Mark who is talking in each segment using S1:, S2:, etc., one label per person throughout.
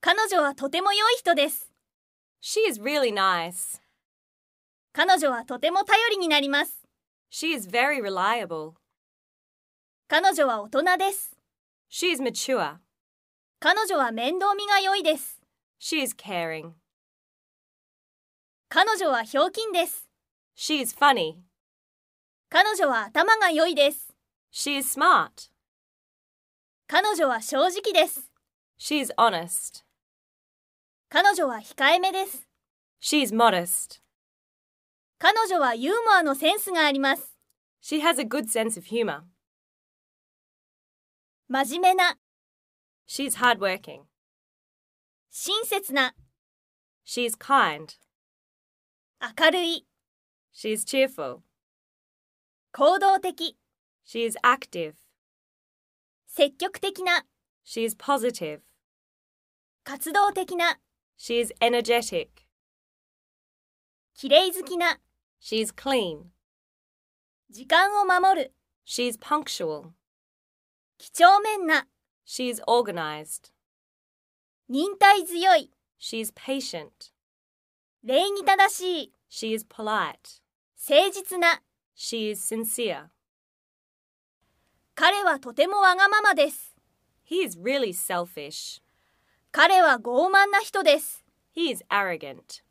S1: 彼女はとても良い人です。
S2: She is really nice.
S1: 彼女はとても頼りになります。
S2: She is very reliable.
S1: 彼女は大人です。
S2: She is mature.
S1: 彼女は面倒見が良いです。
S2: She is caring.
S1: 彼女はひょうきんです。
S2: She is funny.
S1: 彼女は頭が良いです。
S2: She is smart.
S1: 彼女は正直です。
S2: She is honest.
S1: 彼女は控えめです。
S2: She is modest.
S1: 彼女はユーモアのセンスがあります。
S2: She has a good sense of humor.
S1: 真面目な、
S2: She is hardworking.
S1: 親切な、
S2: She is kind.
S1: 明るい、
S2: She is cheerful.
S1: 行動的、
S2: She is active.
S1: 積極的な、
S2: She is positive.
S1: 活動的な、
S2: She is energetic.
S1: 綺麗好きな、
S2: She is clean.
S1: 時間を守る、
S2: She is punctual.
S1: 几帳面な、
S2: She is organized.
S1: 忍耐強い、
S2: She is patient.
S1: 礼儀正しい、
S2: She is polite.
S1: 誠実な、
S2: She is sincere.
S1: 彼はとてもわがままです。
S2: He is really selfish.
S1: 彼は傲慢な人です。
S2: He is arrogant.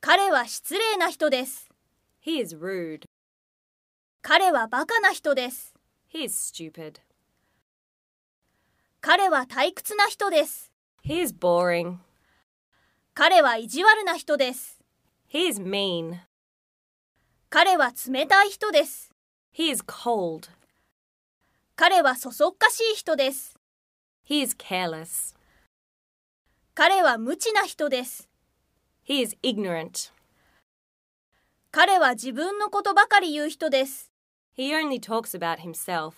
S1: 彼は失礼な人です。
S2: He is rude.
S1: 彼はバカな人です。
S2: He is stupid.
S1: 彼は退屈な人です。
S2: He is boring.
S1: 彼は意地悪な人です。
S2: He is mean.
S1: 彼は冷たい人です。
S2: He is cold.
S1: 彼はそそっかしい人です。
S2: He is careless.
S1: 彼は無知な人です。
S2: He is ignorant.
S1: 彼は自分のことばかり言う人です。
S2: He only talks about himself.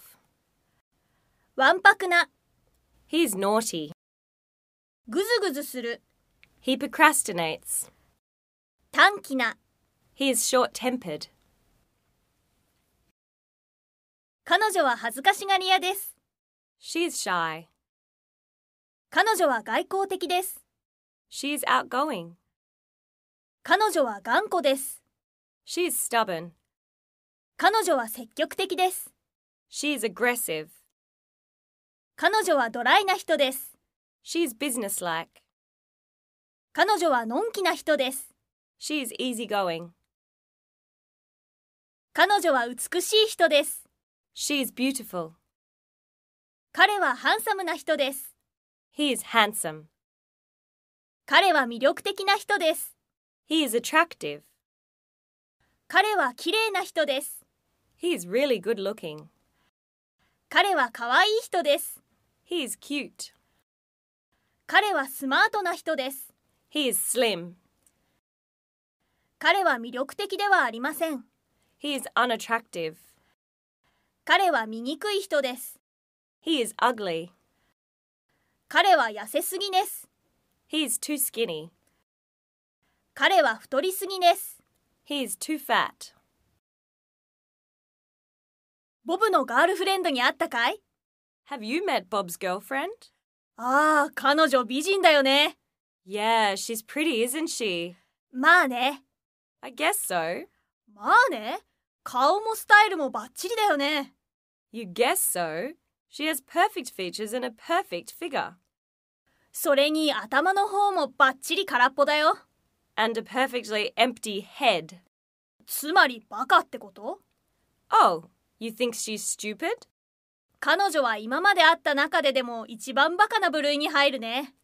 S1: わんぱくな、
S2: He is naughty.
S1: ぐずぐずする、
S2: He procrastinates.
S1: 短気な、
S2: He is short tempered.
S1: 彼女は恥ずかしがり屋です。
S2: She is shy.
S1: 彼女は外交的です。
S2: She is outgoing.
S1: 彼女は頑固です。
S2: She is stubborn.
S1: 彼女は積極的です。
S2: She is aggressive.
S1: 彼女はドライな人です。
S2: She is businesslike.
S1: 彼女はのんきな人です。
S2: She is easygoing.
S1: 彼女は美しい人です。
S2: She is beautiful.
S1: 彼はハンサムな人です。
S2: He is handsome.
S1: 彼は魅力的な人です。
S2: He is attractive.
S1: 彼は綺麗な人です。
S2: He is really good looking.
S1: 彼は可愛い人です。
S2: He is cute.
S1: 彼はスマートな人です。
S2: He is slim.
S1: 彼は魅力的ではありません。
S2: He is unattractive.
S1: 彼は醜い人です。
S2: He is ugly.
S1: 彼は痩せすぎです。
S2: He is too skinny.
S1: 彼は太りすぎです。
S2: He is too fat.
S1: ボブのガールフレンドに会ったかい
S2: Have you met Bob's girlfriend?
S1: ああ、彼女美人だよね。
S2: Yeah, she's pretty, isn't she?
S1: まあね。
S2: I guess so.
S1: まあね。顔もスタイルもバッチリだよね。
S2: You guess so. She has perfect features and a perfect figure.
S1: それに頭の方もバッチリ空っぽだよ。
S2: And a perfectly empty head.
S1: つまりバカってこと
S2: Oh, you think she's stupid?
S1: 彼女は今まで会った中ででも一番バカな部類に入るね。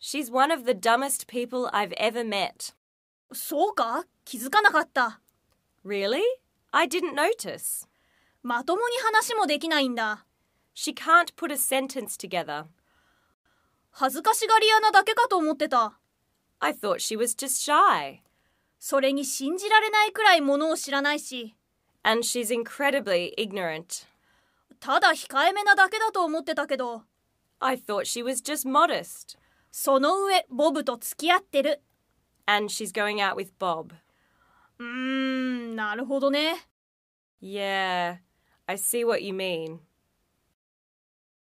S2: She's one of the dumbest people I've ever met.
S1: そうか気づかなかった。
S2: Really? I didn't notice.
S1: まともに話もできないんだ。
S2: She can't put a sentence together.
S1: 恥ずかしがり屋なだけかと思ってた。
S2: I thought she was just shy.
S1: それに信じられないくらいものを知らないし、
S2: And she's incredibly ignorant.
S1: ただ控えめなだけだと思ってたけど、
S2: I thought she was just modest.
S1: その上、ボブと付き合ってる。
S2: And she's going out with Bob.
S1: うーん、なるほどね。
S2: Yeah, I see what you mean.